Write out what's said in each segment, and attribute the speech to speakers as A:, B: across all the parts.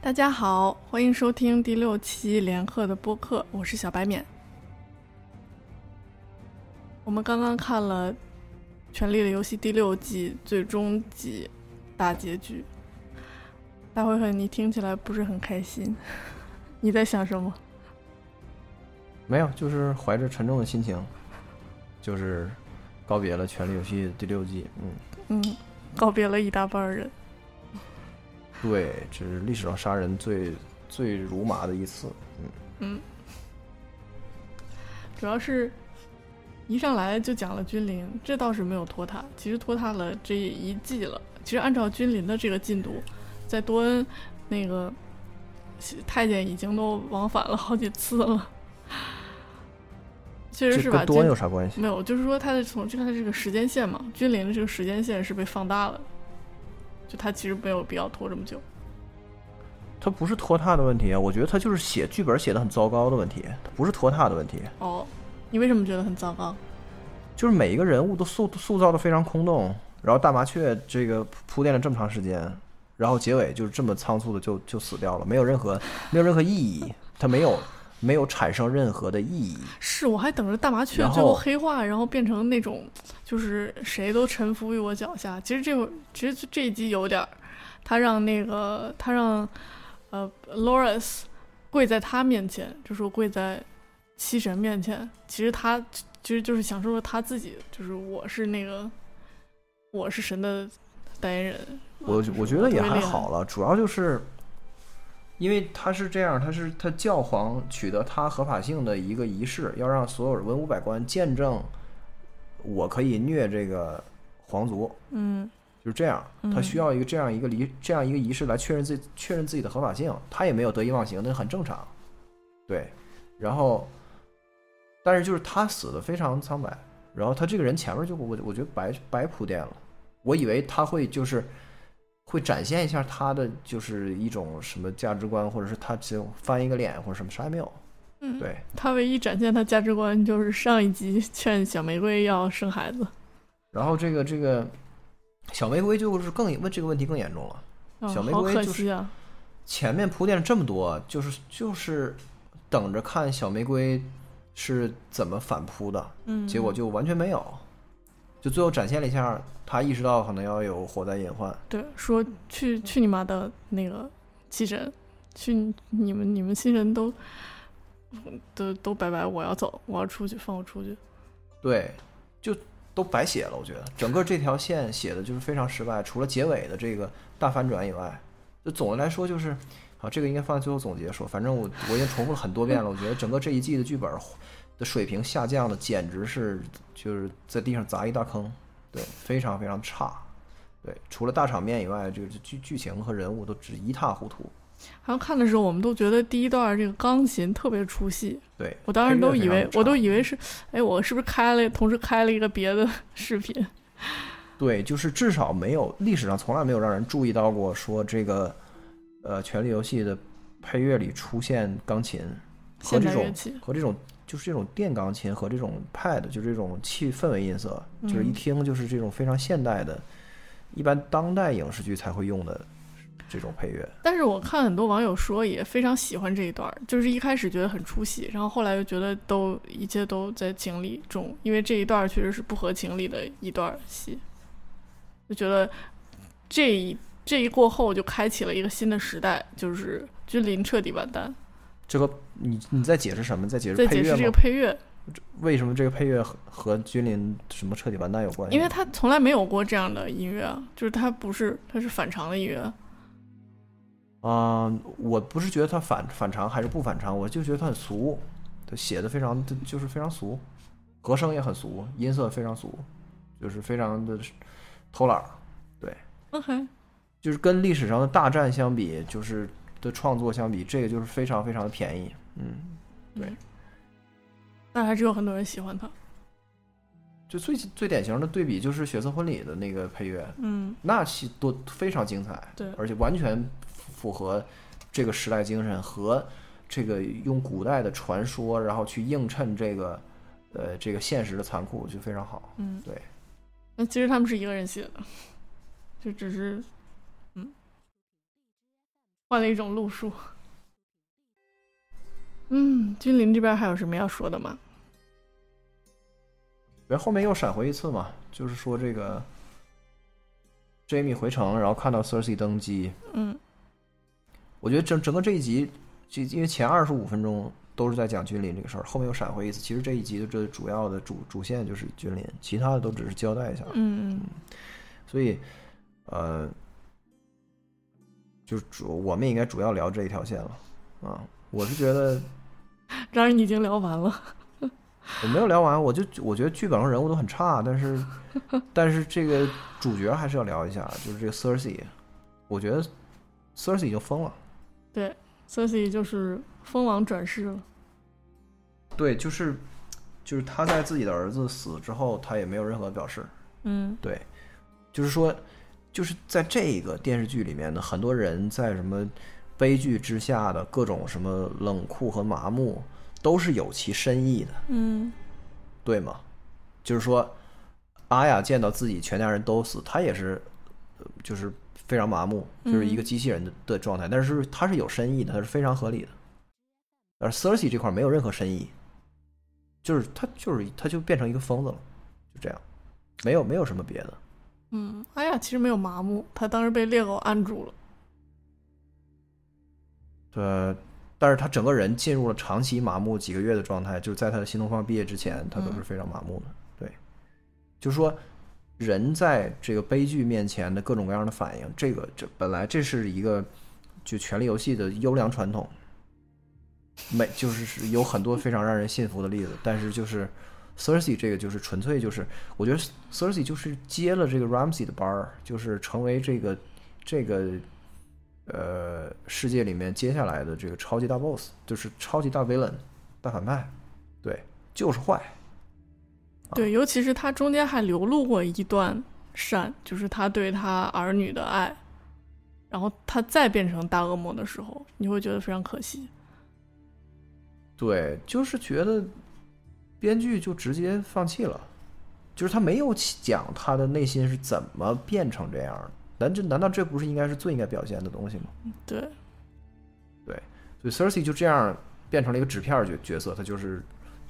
A: 大家好，欢迎收听第六期联合的播客，我是小白免。我们刚刚看了《权力的游戏》第六季最终集大结局，大灰灰，你听起来不是很开心， 你在想什么？
B: 没有，就是怀着沉重的心情，就是告别了《权力游戏》第六季。嗯，
A: 嗯，告别了一大半人。
B: 对，这是历史上杀人最最辱马的一次。
A: 主要是一上来就讲了君临，这倒是没有拖沓，其实拖沓了这一季了。其实按照君临的这个进度，在多恩那个太监已经都往返了好几次了， 确实
B: 这
A: 是把
B: 跟多恩
A: 君
B: 有啥关系？
A: 没有，就是说他的从这个他的这个时间线嘛，君临的这个时间线是被放大了，就他其实没有必要拖这么久。
B: 他不是拖沓的问题，啊我觉得他就是写剧本写的很糟糕的问题，他不是拖沓的问题，
A: 哦，你为什么觉得很糟糕？
B: 就是每一个人物都塑塑造的非常空洞，然后大麻雀这个铺垫了这么长时间，然后结尾就是这么仓促的就就死掉了，没有任何没有任何意义，他没有没有产生任何的意义。
A: 是，我还等着大麻雀
B: 然
A: 最后
B: 后
A: 黑化，然后变成那种就是谁都臣服于我脚下。其实这个其实这一集有点儿，他让那个他让呃 Loris 跪在他面前，就是跪在七神面前。其实他其实就是想说说他自己，就是我是那个我是神的代言人。
B: 我
A: 啊就是
B: 我觉得也
A: 特别
B: 还
A: 厉害
B: 好了，主要就是因为他是这样，他是他教皇取得他合法性的一个仪式，要让所有文武百官见证我可以虐这个皇族，
A: 嗯
B: 就是这样，他需要一个这样一个仪这样一个仪式来确认自己确认自己的合法性，他也没有得意忘形，那很正常，对，然后但是就是他死的非常苍白，然后他这个人前面就我我觉得白白铺垫了，我以为他会就是会展现一下他的就是一种什么价值观，或者是他只翻一个脸或者什么啥也没有，
A: 嗯，
B: 对，
A: 他唯一展现他价值观就是上一集劝小玫瑰要生孩子。
B: 然后这个这个小玫瑰就是更问这个问题更严重了。
A: 啊
B: 小玫
A: 好
B: 瑰
A: 可
B: 就是
A: 惜啊！
B: 前面铺垫了这么多，就是就是等着看小玫瑰是怎么反扑的，
A: 嗯，
B: 结果就完全没有，就最后展现了一下他意识到可能要有火灾隐患，
A: 对，说
B: 嗯
A: 去去你妈的那个七神，去你你们你们新人都都都拜拜，我要走，我要出去，放我出去。
B: 对，就都白写了。我觉得整个这条线写的就是非常失败，除了结尾的这个大反转以外，就总的来说就是，啊，这个应该放在最后总结说。反正我我已经重复了很多遍了，我觉得整个这一季的剧本的水平下降的简直是就是在地上砸一大坑，对，非常非常差。对，除了大场面以外，这个剧剧情和人物都是一塌糊涂。
A: 然后看的时候，我们都觉得第一段这个钢琴特别出戏，
B: 对
A: 我当时都以为
B: 配乐非常，差嗯
A: 我都以为是，哎，我是不是开了，同时开了一个别的 视频？
B: 对，就是至少没有历史上从来没有让人注意到过说这个，呃，《权力游戏》的配乐里出现钢琴和
A: 现
B: 这
A: 代乐
B: 种
A: 器
B: 和这种就是这种电钢琴和这种 pad 就这种气氛围音色，就是一
A: 嗯
B: 听就是这种非常现代的，一般当代影视剧才会用的这种配乐。
A: 但是我看很多网友说也非常喜欢这一段儿，就是一开始觉得很出戏，然后后来又觉得都一切都在情理中，因为这一段儿确实是不合情理的一段儿戏，就觉得这一这一过后就开启了一个新的时代，就是君临彻底完蛋。
B: 这个你你在解释什么？在解释
A: 再
B: 配
A: 解
B: 乐
A: 释这个
B: 吗？
A: 配乐，
B: 为什么这个配乐和和君临什么彻底完蛋有关系？
A: 因为他从来没有过这样的音乐啊，就是他不是他是反常的音乐，
B: 啊、我不是觉得他反反常还是不反常，我就觉得他很俗，他写的非常的就是非常俗，和声也很俗，音色非常俗，就是非常的偷懒儿。
A: 那还
B: 就是跟历史上的大战相比，就是的创作相比，这个就是非常非常的便宜。嗯，
A: 但还是有很多人喜欢他。
B: 就最最典型的对比就是《血色婚礼》的那个配乐，
A: 嗯，
B: 那戏多非常精彩，
A: 对
B: 而且完全符合这个时代精神和这个用古代的传说，然后去映衬这个呃这个现实的残酷，就非常好。
A: 嗯，
B: 对。
A: 那其实他们是一个人写的，就只是，嗯，换了一种路数。嗯，君临这边还有什么要说的吗？
B: 然后后面又闪回一次嘛，就是说这个 Jamie 回城，然后看到 Cersei 登基。
A: 嗯，
B: 我觉得整整个这一集，这因为前二十五分钟都是在讲君临这个事儿，后面又闪回一次。其实这一集的这主要的主主线就是君临，其他的都只是交代一下。
A: 嗯嗯
B: 所以，呃，就是主我们应该主要聊这一条线了啊。我是觉得
A: 当然你已经聊完了。
B: 我没有聊完，我就我觉得剧本上人物都很差，但是但是这个主角还是要聊一下，就是这个 Cersei，我觉得 Cersei 已经疯了。
A: Cersei 就是蜂王转世了。
B: 对，就是就是他在自己的儿子死之后，他也没有任何表示。
A: 嗯
B: 对，就是说，就是在这个电视剧里面呢，很多人在什么悲剧之下的各种什么冷酷和麻木，都是有其深意的，
A: 嗯
B: 对吗？就是说，阿雅见到自己全家人都死，她也是，呃就是非常麻木，就是一个机器人的的状态，但是她是有深意的，她是非常合理的。而 Cersei 这块没有任何深意，就是她就是她就变成一个疯子了，就这样，没有没有什么别的。
A: 嗯，哎呀，其实没有麻木，他当时被猎狗按住了。
B: 呃，但是他整个人进入了长期麻木几个月的状态，就是在他的新东方毕业之前，他都是非常麻木的。对，就是说人在这个悲剧面前的各种各样的反应，这个这本来这是一个就《权力游戏》的优良传统，没就是是有很多非常让人信服的例子，但是就是 Cersei 这个就是纯粹就是，我觉得 Cersei 就是接了这个 Ramsey 的班儿，就是成为这个这个呃世界里面接下来的这个超级大 boss，就是超级大 villain 大反派，对，就是坏。啊
A: 对，尤其是他中间还流露过一段善，就是他对他儿女的爱，然后他再变成大恶魔的时候，你会觉得非常可惜。
B: 对，就是觉得编剧就直接放弃了，就是他没有起讲他的内心是怎么变成这样的。难这难道这不是应该是最应该表现的东西吗？
A: 对，
B: 所以 Cersei 就这样变成了一个纸片儿角角色，他就是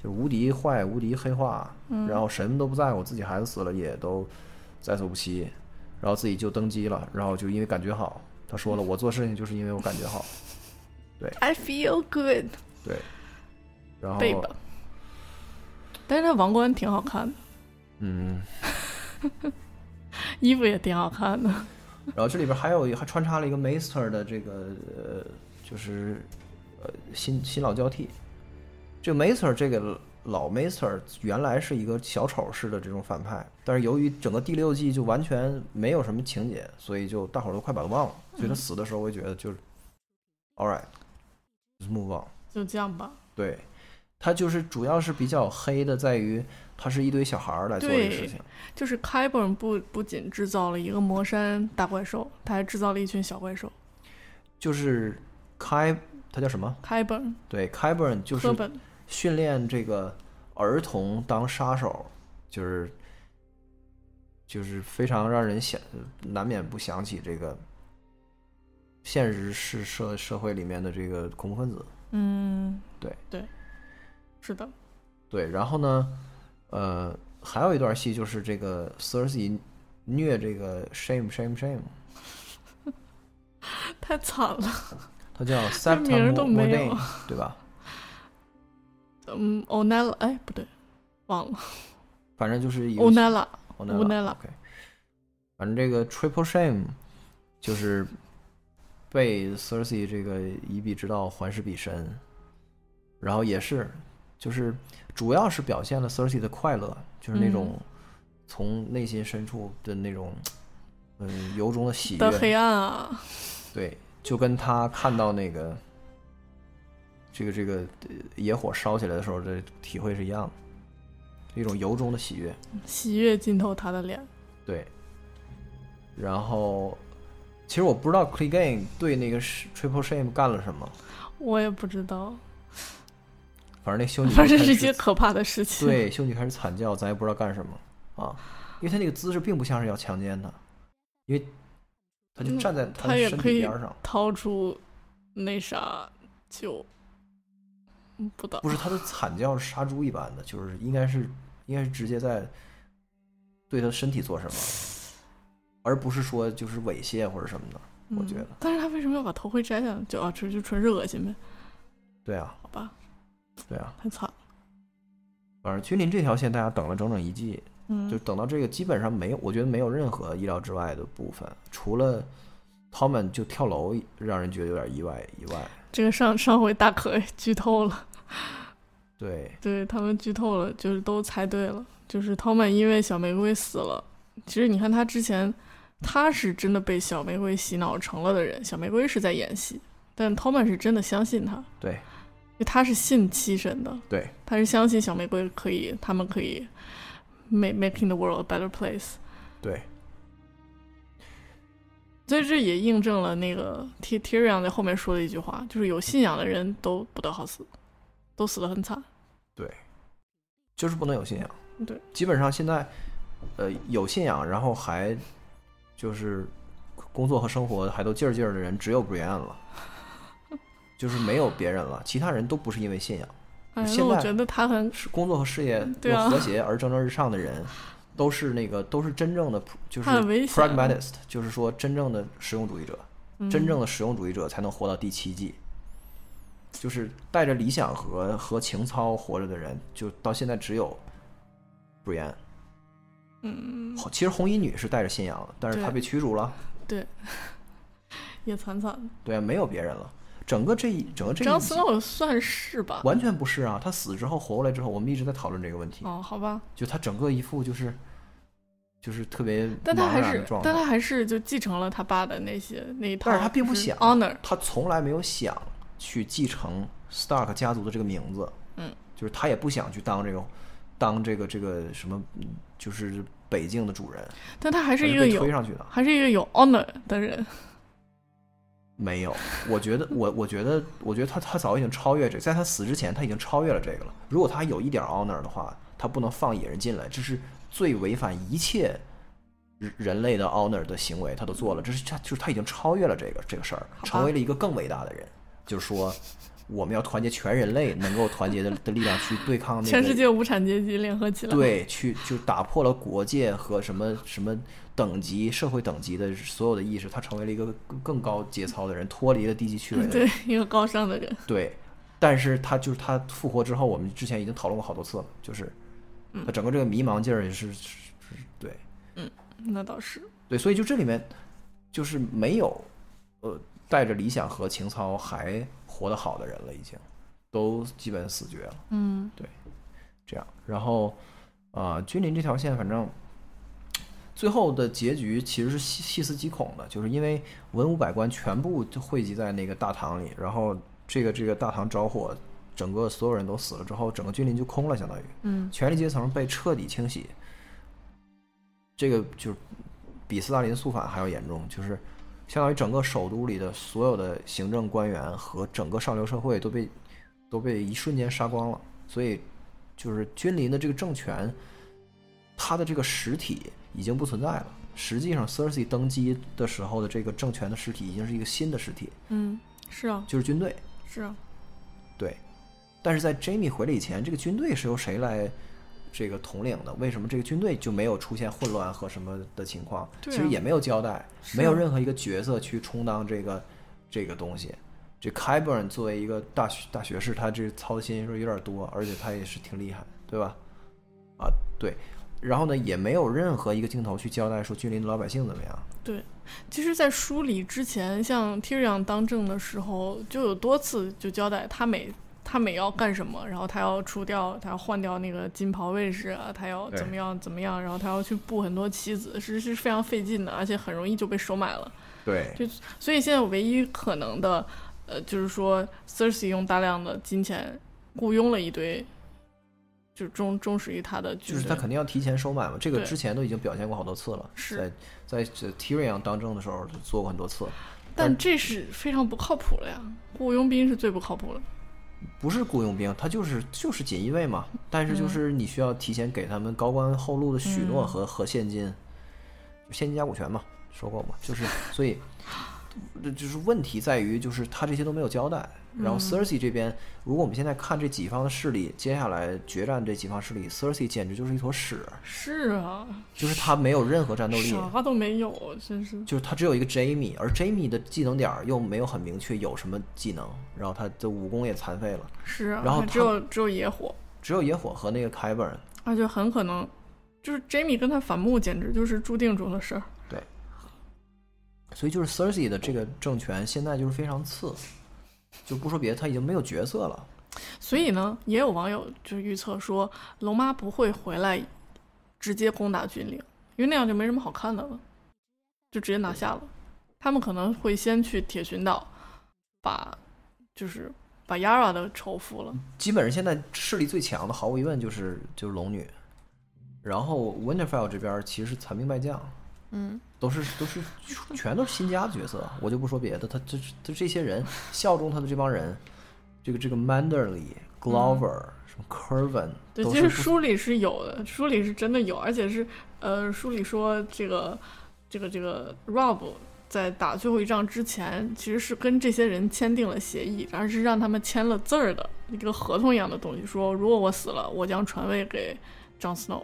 B: 就是无敌坏、无敌黑化，
A: 嗯，
B: 然后什么都不在乎，自己孩子死了也都在所不惜，然后自己就登基了，然后就因为感觉好，他说了，我做事情就是因为我感觉好，
A: I feel good，
B: 对，然后
A: 背吧。但是他王冠挺好看的，
B: 嗯。
A: 衣服也挺好看的。
B: 然后这里边还有一还穿插了一个 Master 的这个呃，就是呃新新老交替。这个 Master 这个老 Master 原来是一个小丑式的这种反派，但是由于整个第六季就完全没有什么情节，所以就大伙儿都快把他忘了。所以他死的时候，我也觉得就是、All right，just move on。
A: 就这样吧，
B: 对，他就是主要是比较黑的，在于他是一堆小孩儿来做这个
A: 对
B: 事情。
A: 就是 Kyburn 不不仅制造了一个魔山大怪兽，他还制造了一群小怪兽。
B: 就是开他叫什么？
A: Kyburn，
B: 对开 y 就
A: 科
B: 是
A: 本，
B: 训练这个儿童当杀手，就是就是非常让人想难免不想起这个现实是社社会里面的这个恐怖分子。
A: 嗯，
B: 对
A: 对，是的，
B: 对，然后呢，呃，还有一段戏就是这个 Cersei 虐这个 Shame Shame Shame，
A: 太惨了。
B: 他叫
A: 这
B: Septa
A: 名儿都
B: m o r
A: 没
B: d
A: 有
B: a，对吧？
A: 嗯，Onella，哎，不对，忘了
B: 反正就是一个
A: Onella，
B: Onella
A: Onella
B: OK，反正这个 Triple Shame 就是被 Cersei 这个以彼之道还施彼身，然后也是就是主要是表现了 Cersei 的快乐，就是那种
A: 嗯
B: 从内心深处的那种嗯由衷的喜
A: 的
B: 悦，
A: 黑暗啊，
B: 对，就跟他看到那个这个这个呃野火烧起来的时候的体会是一样的，一种由衷的喜悦。
A: 喜悦浸透他的脸。
B: 对，然后其实我不知道 Clay Gang 对那个是 Triple Shame 干了什么，
A: 我也不知道，
B: 反正那修女
A: 反正
B: 开
A: 是
B: 始
A: 一些可怕的事情。
B: 对修女开始惨叫，咱也不知道干什么啊，因为她那个姿势并不像是要强奸她，因为她就
A: 嗯
B: 站在
A: 她
B: 的
A: 也
B: 身
A: 可以
B: 体边儿上，
A: 掏出那啥就嗯不打
B: 不是他的惨叫是杀猪一般的，就是应该是应该是直接在对他身体做什么，而不是说就是猥亵或者什么的。我觉得
A: 嗯但是他为什么要把头盔摘下来？就啊，这就纯是恶心呗，
B: 对啊，
A: 好吧，
B: 对啊，
A: 太惨了。
B: 反正君临这条线大家等了整整一季，
A: 嗯，
B: 就等到这个基本上没有，我觉得没有任何意料之外的部分，除了 Tommen 就跳楼让人觉得有点意外以外，
A: 这个上上回大可剧透了，
B: 对，
A: 对他们剧透了，就是都猜对了，就是汤曼因为小玫瑰死了。其实你看他之前，他是真的被小玫瑰洗脑成了的人，小玫瑰是在演戏，但汤曼是真的相信他，
B: 对，
A: 因为他是信七神的，
B: 对，
A: 他是相信小玫瑰可以，他们可以 make making the world a better place。
B: 对，
A: 所以这也印证了那个 T Tyrion 在后面说的一句话，就是有信仰的人都不得好死，都死得很惨。
B: 就是不能有信仰。
A: 嗯对，
B: 基本上现在，呃，有信仰，然后还就是工作和生活还都劲儿劲儿的人，只有 Brian 了，就是没有别人了，其他人都不是因为信仰，
A: 哎，那
B: 现
A: 我
B: 在
A: 觉得他很
B: 是工作和事业
A: 对啊
B: 有和谐而蒸蒸日上的人，都是那个都是真正的就是
A: 他很危险嗯
B: pragmatist，就是说真正的实用主义者，真正的实用主义者才能活到第七季。就是带着理想和和情操活着的人，就到现在只有 Brian。
A: 嗯，
B: 其实红衣女是带着信仰的，但是
A: 对
B: 她被驱逐了，
A: 也惨惨的。
B: 对啊，没有别人了。整个这一整个这
A: 张
B: 一
A: 思
B: 集
A: 诺算是吧？
B: 完全不是啊，她死之后活过来之后，我们一直在讨论这个问题，
A: 哦，好吧，
B: 就她整个一副就是就是特别
A: 但他
B: 茫
A: 还
B: 然的
A: 是，
B: 状
A: 但他
B: 态。
A: 还是就继承了他爸的那些那一套，
B: 但是他并不
A: 就是
B: 想
A: honor，
B: 她从来没有想去继承 Stark 家族的这个名字，
A: 嗯，
B: 就是她也不想去当这个当这个这个什么，嗯就是北境的主人，
A: 但他还
B: 还
A: 是一个
B: 被推
A: 有，
B: 上去的。
A: 还是一个有 honor 的人。
B: 没有，我觉得我我觉得我觉得他他早已经超越这，在他死之前他已经超越了这个了。如果他有一点 honor 的话，他不能放野人进来，这是最违反一切人人类的 honor 的行为，他都做了。这是他就是他已经超越了这个这个事儿，
A: 吧
B: 成为了一个更伟大的人。就是说，我们要团结全人类能够团结的的力量去对抗那个
A: 全世界无产阶级联合起来，，
B: 对，去就打破了国界和什么什么等级、社会等级的所有的意识，他成为了一个更更高节操的人，脱离了低级趣味的 人。
A: 对，一个高尚的人，
B: 对，但是他就是他复活之后，我们之前已经讨论过好多次了，就是他整个这个迷茫劲儿也是，是是对
A: 那倒是，
B: 对，所以就这里面就是没有呃带着理想和情操还活得好的人了，已经都基本死绝了。
A: 嗯，
B: 这样。然后，呃，君临这条线，反正最后的结局其实是细细思极恐的，就是因为文武百官全部就汇集在那个大堂里，然后这个这个大堂着火，整个所有人都死了之后，整个君临就空了，相当于
A: 嗯，
B: 权力阶层被彻底清洗。这个就是比斯大林肃反还要严重，就是相当于整个首都里的所有的行政官员和整个上流社会都被都被一瞬间杀光了。所以，就是君临的这个政权，它的这个实体已经不存在了。实际上，Cersei 登基的时候的这个政权的实体已经是一个新的实体，
A: 嗯，是啊，
B: 就是军队。
A: 是啊，
B: 对，但是在 Jamie 回来以前，这个军队是由谁来这个统领的？为什么这个军队就没有出现混乱和什么的情况？
A: 对
B: 其实
A: 啊
B: 也没有交代，
A: 是
B: 没有
A: 啊
B: 任何一个角色去充当这个这个东西。这 Kyburn 作为一个大学大学士，他这操的心说有点多，而且他也是挺厉害，对吧？啊，对。然后呢，也没有任何一个镜头去交代说君临的老百姓怎么样。
A: 其实，在梳理之前，像 Tyrion 当政的时候，就有多次就交代他每他每要干什么，然后他要除掉，他要换掉那个金袍卫士啊，他要
B: 对
A: 怎么样怎么样，然后他要去布很多妻子，是是非常费劲的，而且很容易就被收买了。
B: 对
A: 就所以现在唯一可能的，呃，就是说 Cersei 用大量的金钱雇佣了一堆，就忠忠实于他的军
B: 就
A: 队，
B: 是他肯定要提前收买嘛，这个
A: 对
B: 之前都已经表现过好多次了，
A: 是
B: 在在这 Tyrion 当政的时候做过很多次，
A: 但这是非常不靠谱的呀，雇佣兵是最不靠谱的。
B: 不是雇佣兵，他就是就是锦衣卫嘛，
A: 嗯
B: 但是就是你需要提前给他们高官厚禄的
A: 嗯
B: 许诺和、和现金，就现金加股权嘛，说过嘛，就是所以就是问题在于，就是他这些都没有交代。
A: 嗯
B: 然后 Cersei 这边，如果我们现在看这几方的势力，接下来决战这几方势力，Cersei 简直就是一坨屎，
A: 是啊，
B: 就是他没有任何战斗力，
A: 啥都没有，啊真是
B: 就是他只有一个 Jamie，而 Jamie 的技能点儿又没有很明确有什么技能，然后他的武功也残废了，
A: 是啊。
B: 然后
A: 还
B: 他
A: 只有只有野火，
B: 只有野火和那个凯本，
A: 而且很可能就是 Jamie 跟他反目，简直就是注定中的事儿。
B: 所以就是 Cersei 的这个政权现在就是非常次，就不说别的，他已经没有角色了。
A: 所以呢，也有网友就预测说，龙妈不会回来直接攻打军令，因为那样就没什么好看的了，就直接拿下了。他们可能会先去铁群岛，把就是把 Yara 的仇付了。
B: 基本上现在势力最强的，毫无疑问就是就是龙女，然后 Winterfell 这边其实是残兵败将，
C: 嗯，
B: 都是都是全都是新加的角色，我就不说别的，他这这这些人效忠他的这帮人，这个这个 Manderly、Glover、什么 Curven
A: 嗯对，
B: 都
A: 其
B: 是
A: 实
B: 不
A: 书里是有的，书里是真的有，而且是呃，书里说这个这个这个 Rob 在打最后一仗之前，其实是跟这些人签订了协议，而是让他们签了字儿的一个合同一样的东西，说如果我死了，我将传位给 Jon Snow，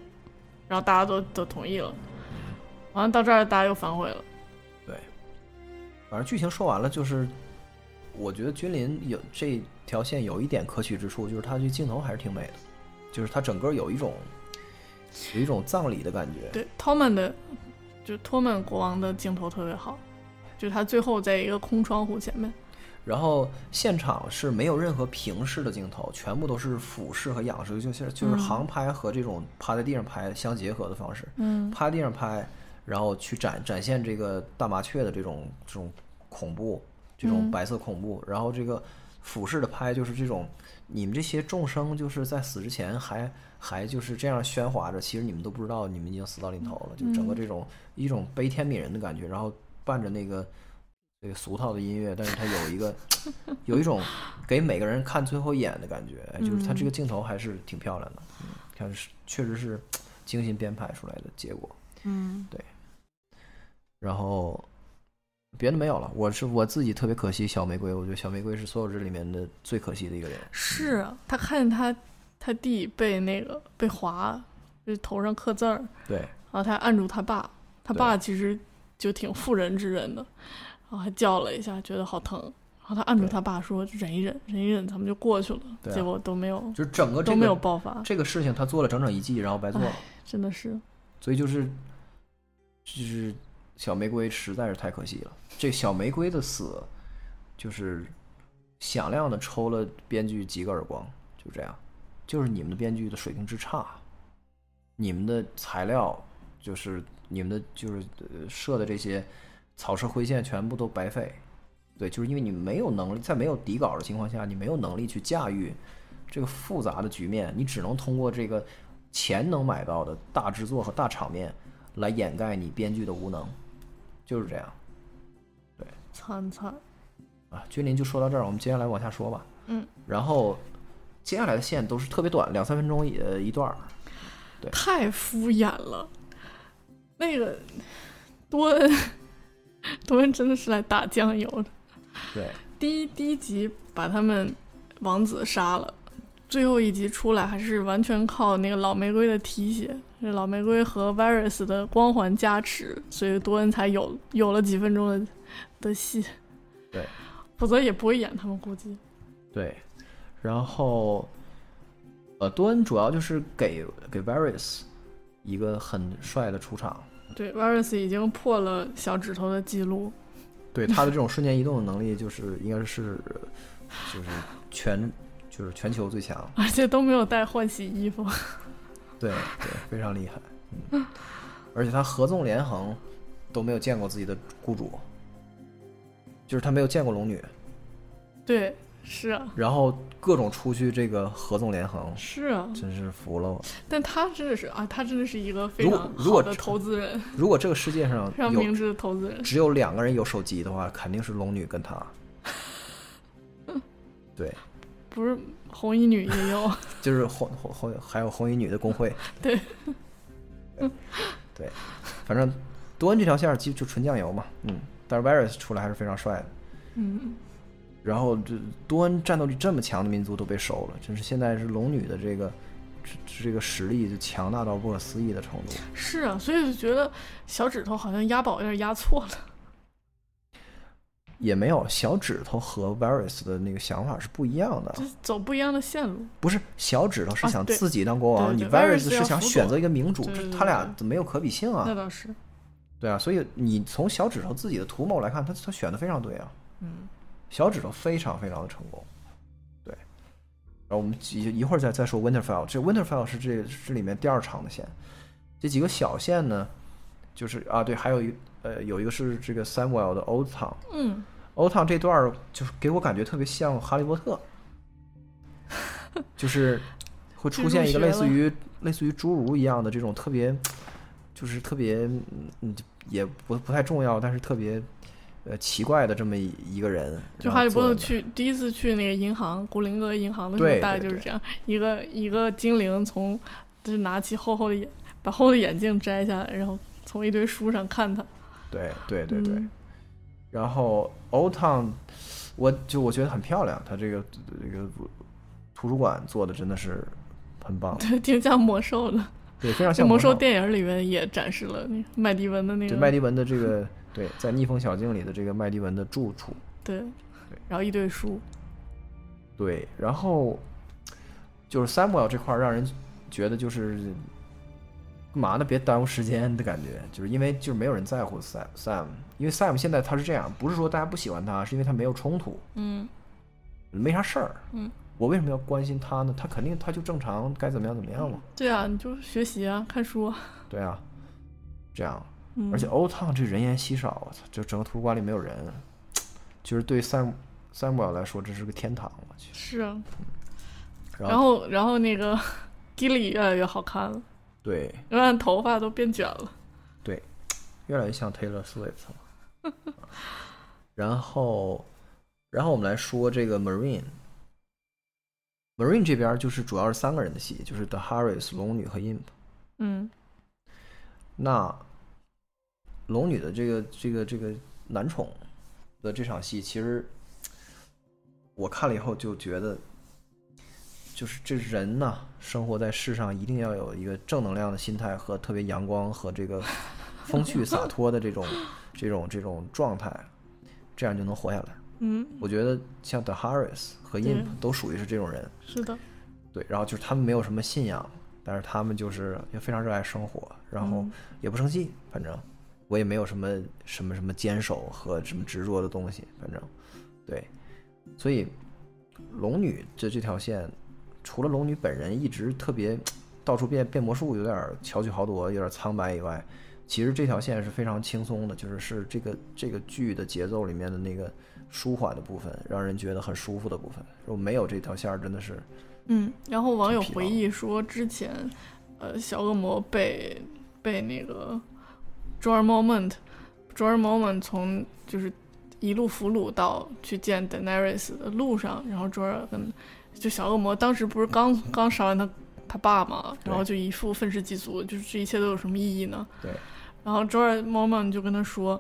A: 然后大家都都同意了，完了到这儿大家又反悔了，
B: 反正剧情说完了，就是我觉得君临有这条线有一点可取之处，就是他这镜头还是挺美的，就是他整个有一种有一种葬礼的感觉。
A: 对，托曼的就托曼国王的镜头特别好，就他最后在一个空窗户前面。
B: 然后现场是没有任何平视的镜头，全部都是俯视和仰视，就是就是
A: 嗯
B: 航拍和这种趴在地上拍相结合的方式，
A: 嗯
B: 趴地上拍，然后去展展现这个大麻雀的这种这种恐怖，这种
A: 嗯
B: 白色恐怖，然后这个俯视的拍就是这种，你们这些众生就是在死之前还还就是这样喧哗着，其实你们都不知道你们已经死到临头了，就
A: 嗯
B: 整个这种一种悲天悯人的感觉，然后伴着那个。这个俗套的音乐，但是它 有一个有一种给每个人看最后一眼的感觉，哎就是它这
A: 嗯
B: 个镜头还是挺漂亮的，嗯，看是确实是精心编排出来的结果。
C: 嗯
B: 然后别的没有了，我是我自己特别可惜小玫瑰，我觉得小玫瑰是所有这里面的最可惜的一个人。
A: 是啊，他看见他他弟被那个被划，就是头上刻字儿，
B: 对，
A: 然后他按住他爸，他
B: 对
A: 爸其实就挺妇人之仁的，然后还叫了一下，觉得好疼，然后他按住
B: 对
A: 他爸说忍一忍，忍一忍，咱们就过去了，
B: 对啊
A: 结果都没有、
B: 就是整个
A: 都
B: 这个
A: 没有爆发，
B: 这个事情，他做了整整一季，然后白做了，
A: 真的是
B: 所以就是就是小玫瑰实在是太可惜了。这小玫瑰的死就是响亮的抽了编剧几个耳光，就这样，就是你们的编剧的水平之差，你们的材料就是你们的就是呃设的这些草蛇灰线全部都白费。对，就是因为你没有能力，在没有底稿的情况下，你没有能力去驾驭这个复杂的局面，你只能通过这个钱能买到的大制作和大场面来掩盖你编剧的无能，就是这样
A: 惨惨，
B: 啊。君临就说到这儿，我们接下来往下说吧。
A: 嗯，
B: 然后接下来的线都是特别短，两三分钟一呃一段儿。对
A: 太敷衍了。那个多恩， 多恩真的是来打酱油的。
B: 对，
A: 第一第一集把他们王子杀了，最后一集出来还是完全靠那个老玫瑰的提携，是老玫瑰和 Varys 的光环加持，所以多恩才有有了几分钟的的戏。
B: 对，
A: 否则也不会演他们，估计。
B: 对，然后，呃，多恩主要就是给给 Varys 一个很帅的出场，
A: 对，Varys 已经破了小指头的记录，
B: 对他的这种瞬间移动的能力，就是应该是就是全就是全球最强，
A: 而且都没有带换洗衣服。
B: 对对，非常厉害，嗯，而且他合纵连横都没有见过自己的雇主，就是他没有见过龙女，
A: 对，是啊，
B: 然后各种出去这个合纵连横，
A: 是啊，
B: 真是服了我。
A: 但他真的是啊，他真的是一个非
B: 如果
A: 常
B: 如果
A: 好的投资人，
B: 如果这个世界上
A: 非常
B: 有
A: 明智的投资人。
B: 只有两个人有手机的话，肯定是龙女跟他。对，
A: 不是红衣女也有，
B: 就是红红红，还有红衣女的工会。
A: 对
B: 对，对，反正多恩这条线儿就就纯酱油嘛，嗯，但是 Varys 出来还是非常帅的。
A: 嗯，
B: 然后这多恩战斗力这么强的民族都被收了，真是现在是龙女的这个这这个实力就强大到不可思议的程度。
A: 是啊，所以就觉得小指头好像押宝有点押错了。
B: 也没有小指头和 Varys 的那个想法是不一样的
A: 就，是走不一样的线路。
B: 不是小指头是
A: 啊
B: 想
A: 对
B: 自己当国王，
A: 对
B: 你
A: 对
B: Varys
A: Varys
B: 是
A: 要
B: 想
A: 辅佐
B: 选择一个明主，
A: 对
B: 这
A: 对
B: 他俩
A: 对
B: 没有可比性啊
A: 那。倒是，
B: 对啊，所以你从小指头自己的图谋来看，他他选的非常对啊。
A: 嗯，
B: 小指头非常非常的成功，对。然后我们一一会儿再再说 Winterfell，这 Winterfell 是这这里面第二长的线，这几个小线呢，就是啊对，还有一呃有一个是这个 Samuel 的 Old Town。
A: 嗯，
B: Old Town 这段儿就是给我感觉特别像《哈利波特》，就是会出现一个类似于类似于侏儒一样的这种特别，就是特别嗯嗯也不不太重要，但是特别呃奇怪的这么一一个人。
A: 就
B: 然后
A: 哈利波
B: 坐
A: 特
B: 在那
A: 去第一次去那个银行，古灵阁银行的时
B: 对
A: 候，大概
B: 对
A: 就是
B: 对
A: 这样，一个一个精灵从就是拿起厚厚的眼，把厚的眼镜摘下来，然后从一堆书上看他。
B: 对对对对。
A: 嗯
B: 然后 Old Town，我就我觉得很漂亮，它这个这个图书馆做的真的是很棒，
A: 对，挺像魔兽的。
B: 对，非常
A: 在
B: 哦像
A: 魔
B: 兽
A: 兽电影里面也展示了那个麦迪文的那个
B: 对麦迪文的这个对，在逆风小径里的这个麦迪文的住处，
A: 对然后一堆书，
B: 对，然后就是 Samuel 这块儿让人觉得就是干嘛呢？别耽误时间的感觉，就是因为就是没有人在乎 Sam Sam，因为 Sam 现在他是这样，不是说大家不喜欢他，是因为他没有冲突，
A: 嗯
B: 没啥事儿。
A: 嗯，
B: 我为什么要关心他呢？他肯定他就正常该怎么样怎么样嘛。
A: 对啊，你就学习啊，看书啊，
B: 对啊，这样，
A: 嗯，
B: 而且欧烫这人烟稀少，我操，就整个图书馆里没有人，就是对 Sam Samuel 来说这是个天堂，我去。
A: 是啊，
B: 然
A: 然后然后那个 吉里越来越好看了，
B: 对，
A: 因为头发都变卷了，
B: 越来越像 Taylor Swift 了。然后，然后我们来说这个 Marine。Marine 这边就是主要是三个人的戏，就是 The Harris、龙女和 Imp。
A: 嗯
B: 那龙女的这个这个这个男宠的这场戏，其实我看了以后就觉得，就是这人呐，生活在世上一定要有一个正能量的心态和特别阳光和这个风趣洒脱的这种这种这种状态，这样就能活下来。
A: 嗯，
B: 我觉得像 The Harris 和 Imp
A: 对
B: 都属于是这种人，
A: 是的，
B: 对，然后就是他们没有什么信仰，但是他们就是也非常热爱生活，然后
A: 嗯
B: 也不生气，反正我也没有什么什么什么坚守和什么执着的东西，反正对，所以龙女这这条线，除了龙女本人一直特别到处变变魔术，有点儿巧取豪夺，有点儿苍白以外，其实这条线是非常轻松的，就是是这个这个剧的节奏里面的那个舒缓的部分，让人觉得很舒服的部分。如果没有这条线儿，真的是。
A: 嗯，然后网友
B: 挺疲劳
A: 回忆说，之前，呃，小恶魔被被那个 j o r Moment j o r Moment 从就是一路俘虏到去见 Daenerys 的路上，然后 j o r 跟就小恶魔当时不是刚刚杀完他他爸嘛，
B: 对
A: 然后就一副愤世嫉俗，就是这一切都有什么意义呢？
B: 对。
A: 然后 j o r Moment 就跟他说，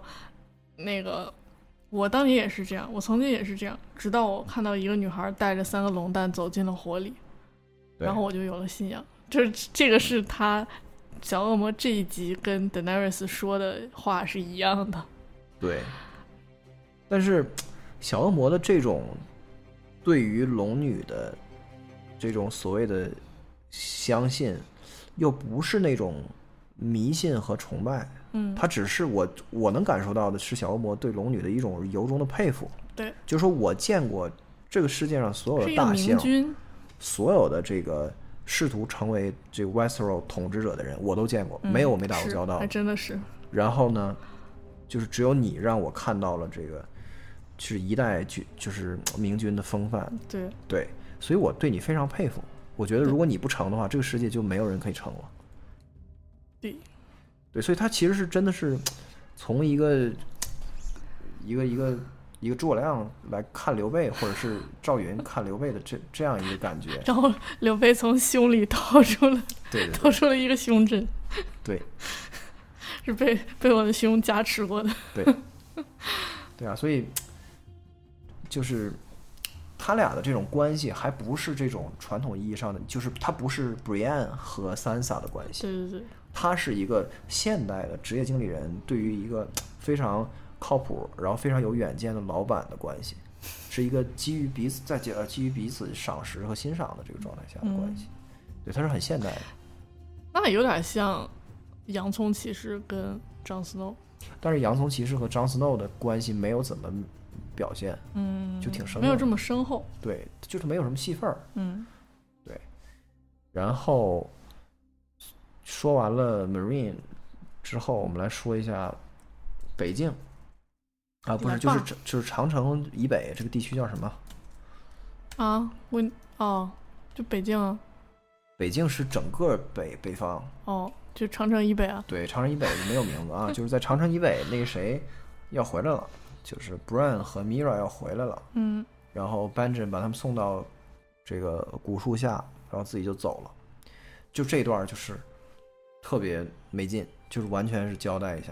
A: 那个我当年也是这样，我曾经也是这样，直到我看到一个女孩带着三个龙蛋走进了火里，
B: 对
A: 然后我就有了信仰。就是这个是他小恶魔这一集跟 Daenerys 说的话是一样的。
B: 对，但是小恶魔的这种对于龙女的这种所谓的相信，又不是那种迷信和崇拜，
A: 嗯，
B: 他只是我我能感受到的是小恶魔对龙女的一种由衷的佩服。
A: 对，
B: 就是说我见过这个世界上所有
A: 是
B: 的
A: 一个
B: 大
A: 明
B: 象，
A: 君，
B: 所有的这个试图成为这个 Westeros 统治者的人，我都见过，
A: 嗯
B: 没有我没打过
A: 是
B: 交道
A: 还
B: 的。
A: 真的是，
B: 然后呢，就是只有你让我看到了这个，是一代君，就是明君的风范。
A: 对，
B: 对，所以我对你非常佩服。我觉得如果你不成的话，这个世界就没有人可以成了。
A: 对，
B: 对，所以他其实是真的是从一个一个一个一个诸葛亮来看刘备，或者是赵云看刘备的这这样一个感觉。
A: 然 后刘备从胸里掏出了
B: 对对
A: 掏出了一个胸针，
B: 对
A: 是被被我的胸加持过的。
B: 对，对啊，所以就是他俩的这种关系，还不是这种传统意义上的，就是他不是 Brienne 和 Sansa 的关系，
A: 对对对，
B: 他是一个现代的职业经理人对于一个非常靠谱，然后非常有远见的老板的关系，是一个基于彼此在呃基于彼此赏识和欣赏的这个状态下的关系。对，他是很现代的，
A: 那有点像洋葱骑士跟 Jon Snow，
B: 但是洋葱骑士和 Jon Snow 的关系没有怎么表现，
A: 嗯，
B: 就挺生
A: 没有
B: 硬
A: 这么深厚，
B: 对，就是没有什么戏份儿。
A: 嗯
B: 然后说完了 Marine 之后，我们来说一下北境啊，不是，
A: 来
B: 就是
A: 吧
B: 长就是长城以北这个地区叫什么？
A: 啊，我哦，就北京啊，
B: 北境是整个北北方，
A: 哦，就长城以北啊，
B: 对，长城以北就没有名字啊， 就是在长城以北那个谁要回来了，就是 Bran 和 Mira 要回来了，
A: 嗯
B: 然后 Benjen 把他们送到这个古树下，然后自己就走了。就这段就是特别没劲，就是完全是交代一下，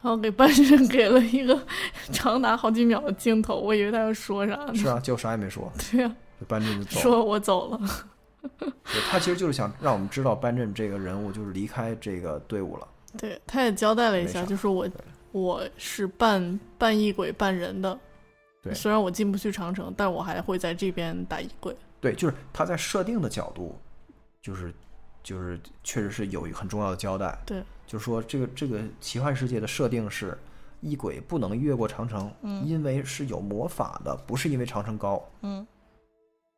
A: 然后给班神给了一个 长达好几秒的镜头，我以为他要说啥 呢。
B: 是啊，就啥也没说，
A: 对呀、
B: 就班镇就走了。
A: 说我走了。
B: 对他其实就是想让我们知道班镇这个人物就是离开这个队伍了。
A: 对，他也交代了一
B: 没
A: 下，
B: 啥
A: 就是我我是半半异鬼半人的。
B: 对
A: 虽然我进不去长城，但我还会在这边打异鬼。
B: 对，就是他在设定的角度，就是就是确实是有一个很重要的交代。
A: 对，
B: 就是说这个这个奇幻世界的设定是。异鬼不能越过长城，
A: 嗯
B: 因为是有魔法的，不是因为长城高。
A: 嗯，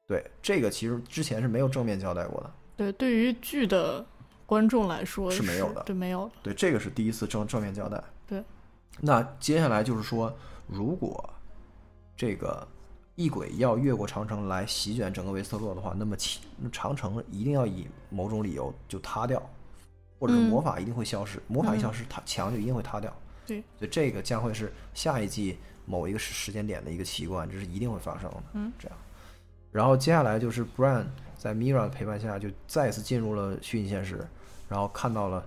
B: 对，这个其实之前是没有正面交代过的。
A: 对，对于剧的观众来说
B: 是没有的
A: 对，没有的。
B: 对，这个是第一次正正面交代。
A: 对，
B: 那接下来就是说，如果这个异鬼要越过长城来席卷整个维斯特洛的话，那么其长城一定要以某种理由就塌掉，或者是
A: 嗯
B: 魔法一定会消失。魔法一
A: 嗯
B: 消失，它墙就一定会塌掉。
A: 对，
B: 所以这个将会是下一季某一个时时间点的一个奇观，这是一定会发生的。
A: 嗯，
B: 这样。然后接下来就是 Bran 在 Mira 的陪伴下，就再次进入了虚拟现实，然后看到了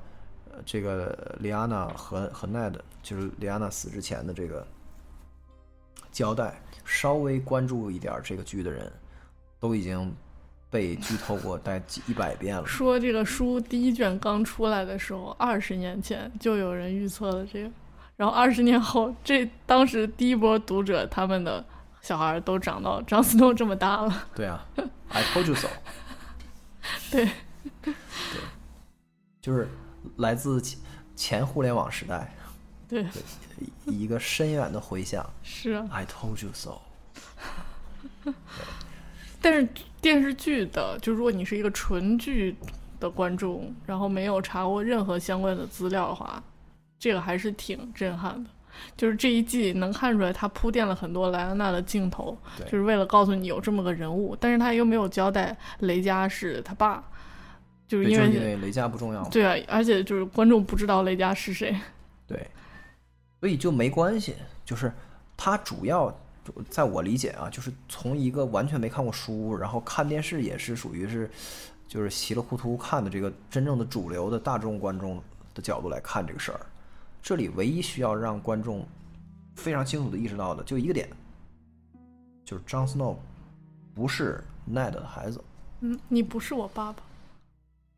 B: 呃这个 Liana 和和 Ned，就是 Liana 死之前的这个交代。稍微关注一点这个剧的人，都已经被剧透过大概几一百遍了。
A: 说这个书第一卷刚出来的时候，二十年前就有人预测了这个，然后二十年后，这当时第一波读者他们的小孩儿都长到张思诺这么大了。
B: 对啊，I told you so。
A: 对
B: 对，就是来自前前互联网时代
A: 对，
B: 一个深远的回响。
A: 是啊。
B: I told you so。
A: 但是电视剧的，就如果你是一个纯剧的观众，然后没有查过任何相关的资料的话，这个还是挺震撼的。就是这一季能看出来，他铺垫了很多莱昂纳的镜头，
B: 对
A: 就是为了告诉你有这么个人物，但是他又没有交代雷佳是他爸，就是
B: 对，
A: 因
B: 就是
A: 为
B: 因为雷佳不重要嘛。
A: 对啊，而且就是观众不知道雷佳是谁，
B: 对，所以就没关系。就是他主要，在我理解啊，就是从一个完全没看过书，然后看电视也是属于是，就是稀里糊涂看的这个真正的主流的大众观众的角度来看这个事儿。这里唯一需要让观众非常清楚的意识到的，就一个点，就是 Jon Snow 不是 Ned 的孩子，
A: 嗯，你不是我爸爸，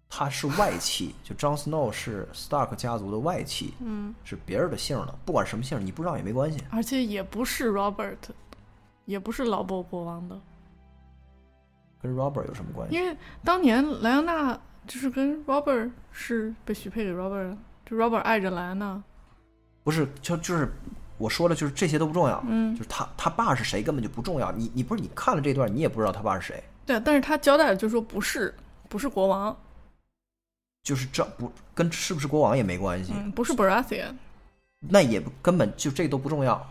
B: 他是外戚。就 Jon Snow 是 Stark 家族的外戚，
A: 嗯，
B: 是别人的姓儿的，不管什么姓儿，你不知道也没关系。
A: 而且也不是 Robert，也不是老伯国王的，
B: 跟 Robert 有什么关系？
A: 因为当年莱昂纳就是跟 Robert 是被许配给 Robert 的，就 Robert 爱着莱昂纳，
B: 不是，就就是我说了，就是这些都不重要，
A: 嗯
B: 就是他他爸是谁根本就不重要。你你不是你看了这段，你也不知道他爸是谁，
A: 对，但是他交代了，就说不是，不是国王，
B: 就是这不跟是不是国王也没关系，
A: 嗯，不是 Baratheon。
B: 那也不根本就这都不重要。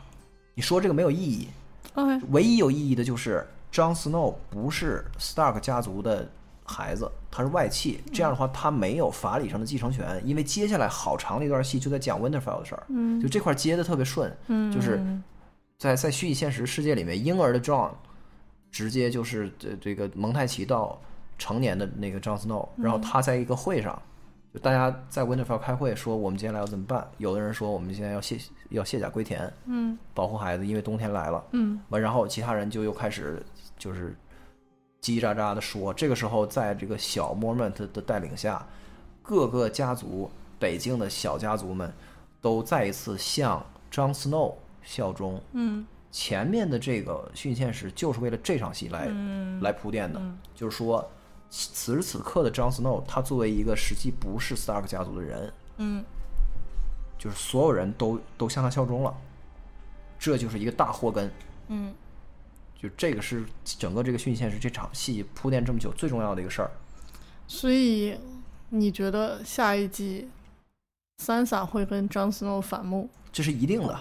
B: 你说这个没有意义，
A: OK，
B: 唯一有意义的就是 Jon Snow 不是 Stark 家族的孩子，他是外戚。
A: 嗯
B: 这样的话，他没有法理上的继承权，因为接下来好长的一段戏就在讲 Winterfell 的事儿，
A: 嗯
B: 就这块接的特别顺，
A: 嗯，
B: 就是在在虚拟现实世界里面，婴儿的 John 直接
A: 嗯
B: 就是这这个蒙太奇到成年的那个 John Snow，然后他在一个会上就大家在 Winterfell 开会说我们接下来要怎么办，有的人说我们现在要卸要卸甲归田，
A: 嗯
B: 保护孩子，因为冬天来了。
A: 嗯
B: 完，然后其他人就又开始就是叽叽喳喳的说。这个时候，在这个小 Mormont 的带领下，各个家族，北境的小家族们都再一次向 Jon Snow 效忠。
A: 嗯
B: 前面的这个训现史就是为了这场戏来、
A: 嗯
B: 来铺垫的，
A: 嗯
B: 就是说。此时此刻的 Jon Snow，他作为一个实际不是 Stark 家族的人，
A: 嗯
B: 就是所有人都都向他效忠了，这就是一个大祸根。
A: 嗯
B: 就这个是整个这个训线是这场戏铺垫这么久最重要的一个事儿。
A: 所以你觉得下一季三傻会跟 Jon Snow 反目？
B: 这是一定的，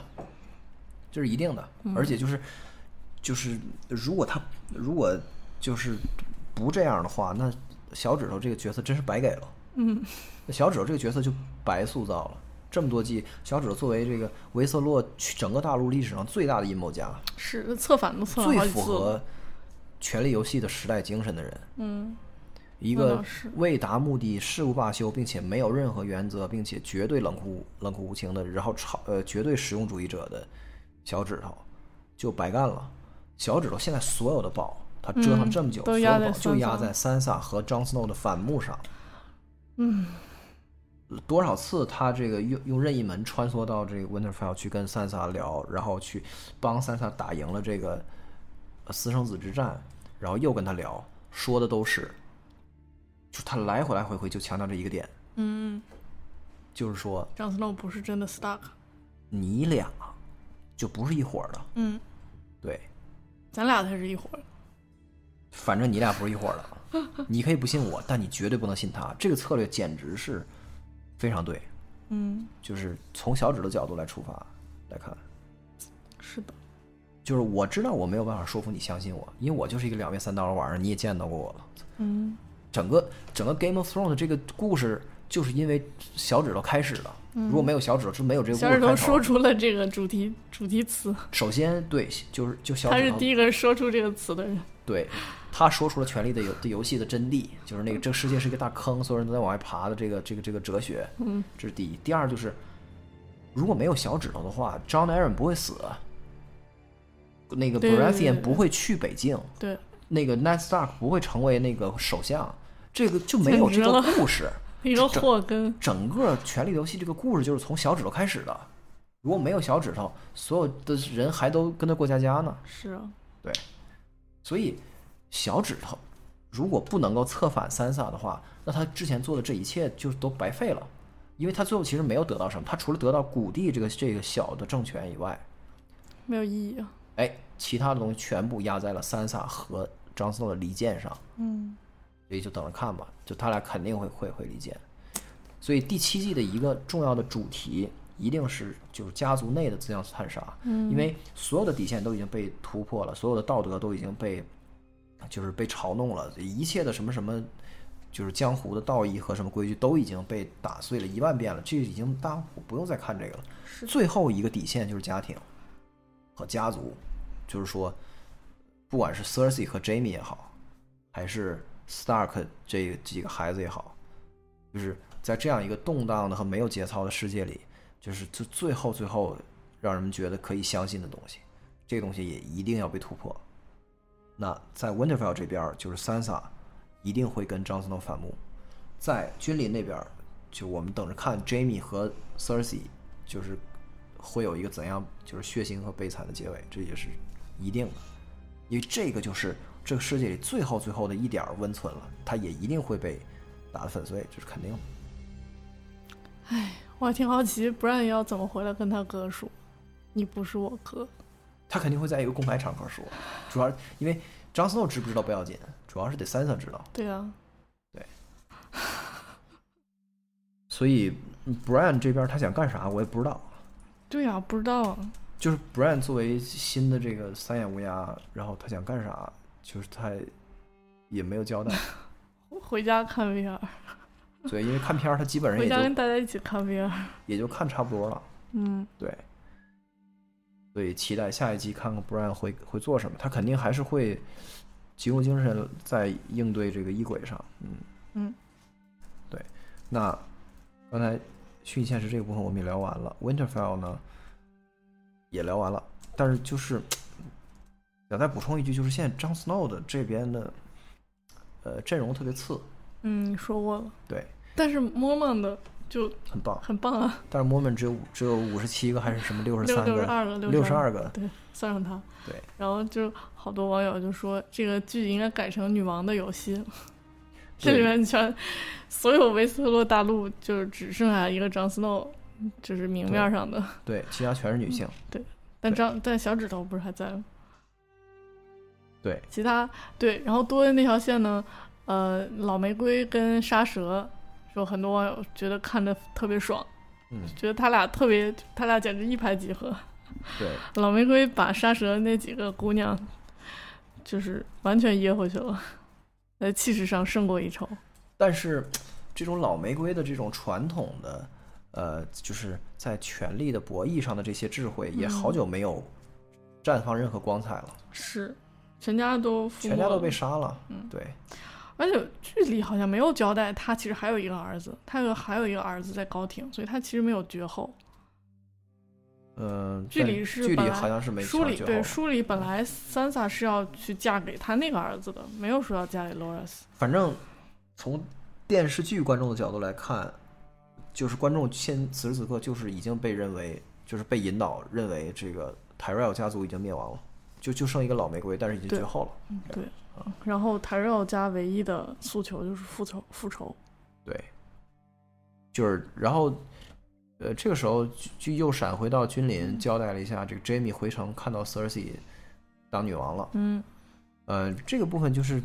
B: 这是一定的，
A: 嗯
B: 而且就是就是如果他如果就是不这样的话，那小指头这个角色真是白给了。
A: 嗯
B: 那小指头这个角色就白塑造了。这么多季，小指头作为这个维瑟洛整个大陆历史上最大的阴谋家，
A: 是策反都策反
B: 最
A: 好几
B: 符
A: 次了。
B: 合《权力游戏》的时代精神的人，
A: 嗯
B: 一
A: 那
B: 个
A: 倒是
B: 为达目的誓不罢休，并且没有任何原则，并且绝对冷酷冷酷无情的，然后超呃绝对实用主义者的小指头，就白干了。小指头现在所有的宝，他折腾
A: 嗯
B: 这么久，
A: 都
B: 所有
A: 压
B: 宝
A: 在
B: 就
A: 三
B: 压
A: 藏
B: 在三萨和 Jon Snow 的反目上。
A: 嗯
B: 多少次他这个用用任意门穿梭到这个 Winterfell 去跟三萨聊，然后去帮三萨打赢了这个呃私生子之战，然后又跟他聊，说的都是，就他来回来回回就强调这一个点，
A: 嗯
B: 就是说
A: ，Jon Snow 不是真的 Stark。
B: 你俩就不是一伙儿的，
A: 嗯，
B: 对，
A: 咱俩才是一伙儿。
B: 反正你俩不是一伙儿的，你可以不信我，但你绝对不能信他，这个策略简直是非常对，
A: 嗯，
B: 就是从小指的角度来出发来看。
A: 是的。
B: 就是我知道我没有办法说服你相信我，因为我就是一个两面三刀的玩意儿，你也见到过我了。
A: 嗯
B: 整个整个 Game of Thrones 的这个故事就是因为小指头开始的，如果没有小指头，就没有这个故
A: 嗯小
B: 事
A: 指头
B: 开
A: 说
B: 头。
A: 出了这个主题主题词，
B: 首先，对，就是就小
A: 他
B: 指
A: 是
B: 头，
A: 第一个说出这个词的人。
B: 对，他说出了《权力的游的游戏》的真谛，就是那个这个世界是一个大坑，所有人都在往外爬的这个这个这个哲学，
A: 嗯，
B: 这是第一。第二就是，如果没有小指头的话，John Aaron 不会死，那个
A: 对对对对
B: Baratheon
A: 对
B: 不会去北境，
A: 对，
B: 那个 Ned Stark 不会成为那个首相，这个就没有这
A: 简直
B: 个
A: 了
B: 故事。
A: 一个祸根。
B: 整个《权力的游戏》这个故事就是从小指头开始的，如果没有小指头，所有的人还都跟他过家家呢。
A: 是啊，
B: 所以，小指头如果不能够策反三萨的话，那他之前做的这一切就都白费了，因为他最后其实没有得到什么，他除了得到谷地这个这个小的政权以外，
A: 没有意义啊。
B: 哎，其他的东西全部压在了三萨和张斯诺的离间上。
A: 嗯
B: 所以就等着看吧，就他俩肯定会会会理解。所以第七季的一个重要的主题一定是就是家族内的自相残杀，
A: 嗯
B: 因为所有的底线都已经被突破了，所有的道德都已经被就是被嘲弄了，一切的什么什么就是江湖的道义和什么规矩都已经被打碎了一万遍了，这已经大家不不用再看这个了。最后一个底线就是家庭和家族，就是说，不管是 Cersei 和 Jamie 也好，还是 Stark 这几个孩子也好，就是在这样一个动荡的和没有节操的世界里，就是最最后最后让人们觉得可以相信的东西，这个东西也一定要被突破。那在 Winterfell 这边儿，就是 Sansa 一定会跟 Jon Snow 反目，在君临那边儿，就我们等着看 Jamie 和 Cersei 就是会有一个怎样就是血腥和悲惨的结尾，这也是一定的。因为这个就是这个世界里最后最后的一点儿温存了，它也一定会被打得粉碎，这是肯定的。
A: 我还挺好奇 Brian 要怎么回来跟他哥说，你不是我哥。
B: 他肯定会在一个公开场合说，主要因为张思诺知不知道不要紧，主要是得三三知道。
A: 对啊，
B: 所以嗯 Brian 这边他想干啥，我也不知道。
A: 对啊，不知道啊。
B: 就是 Brian 作为新的这个三眼乌鸦，然后他想干啥，就是他也没有交代。
A: 回家看 VR，
B: 对，因为看片儿他基本上
A: 回
B: 也
A: 家跟
B: 就
A: 大家一起看 VR。
B: 也就看差不多了。
A: 嗯
B: 对，所以期待下一季看看 Brian 会会做什么。他肯定还是会集中精神在应对这个衣轨上。嗯
A: 嗯，
B: 对。那刚才虚拟现实这个部分我们也聊完了，Winterfell 呢也聊完了，但是就是想再补充一句，就是现在 Jon Snow 的这边的呃阵容特别次，
A: 嗯，说过了。
B: 对，
A: 但是 Mormon 的就
B: 很棒，
A: 很棒啊，
B: 但是 Mormon 只有只有五十七个还是什么六十
A: 六
B: 三
A: 六十
B: 个，
A: 二个，
B: 六
A: 十
B: 十二个，
A: 对，算上他。
B: 对。
A: 然后就好多网友就说，这个剧应该改成《女王的游戏》，这里
B: 对
A: 面全所有维斯特洛大陆就是只剩下一个 Jon Snow，就是明面上的，
B: 对，其他全是女性。
A: 但
B: 对
A: 张但小指头不是还在吗？
B: 对，
A: 其他对，然后多恩那条线呢，呃，老玫瑰跟沙蛇，说很多网友觉得看着特别爽，
B: 嗯，
A: 觉得他俩特别，他俩简直一拍即合。
B: 对，
A: 老玫瑰把沙蛇那几个姑娘，就是完全噎回去了，在气势上胜过一筹。
B: 但是这种老玫瑰的这种传统的，呃，就是在权力的博弈上的这些智慧，也
A: 嗯
B: 好久没有绽放任何光彩了，
A: 是，全家都覆
B: 全
A: 没
B: 家都
A: 了
B: 被杀了。
A: 嗯
B: 对，
A: 而且剧里好像没有交代，他其实还有一个儿子，他有还有一个儿子在高庭，所以他其实没有绝后。
B: 嗯、
A: 剧里
B: 但
A: 是
B: 剧
A: 本
B: 里
A: 来
B: 好像是没
A: 书
B: 抢
A: 里
B: 救
A: 对
B: 好
A: 书里本来三萨是要去嫁给他那个儿子的，没有说要嫁给 Loras。
B: 反正从电视剧观众的角度来看，就是观众现此时此刻就是已经被认为，就是被引导认为这个 Tyrell 家族已经灭亡了，就就剩一个老玫瑰，但是已经
A: 对
B: 绝后了。
A: 嗯，对。然后 Tyrell 家唯一的诉求就是复仇，复仇。
B: 对，就是然后，呃，这个时候就就又闪回到君临，交代了一下这个 Jamie 回城看到 Cersei 当女王了。
A: 嗯
B: 呃，这个部分就是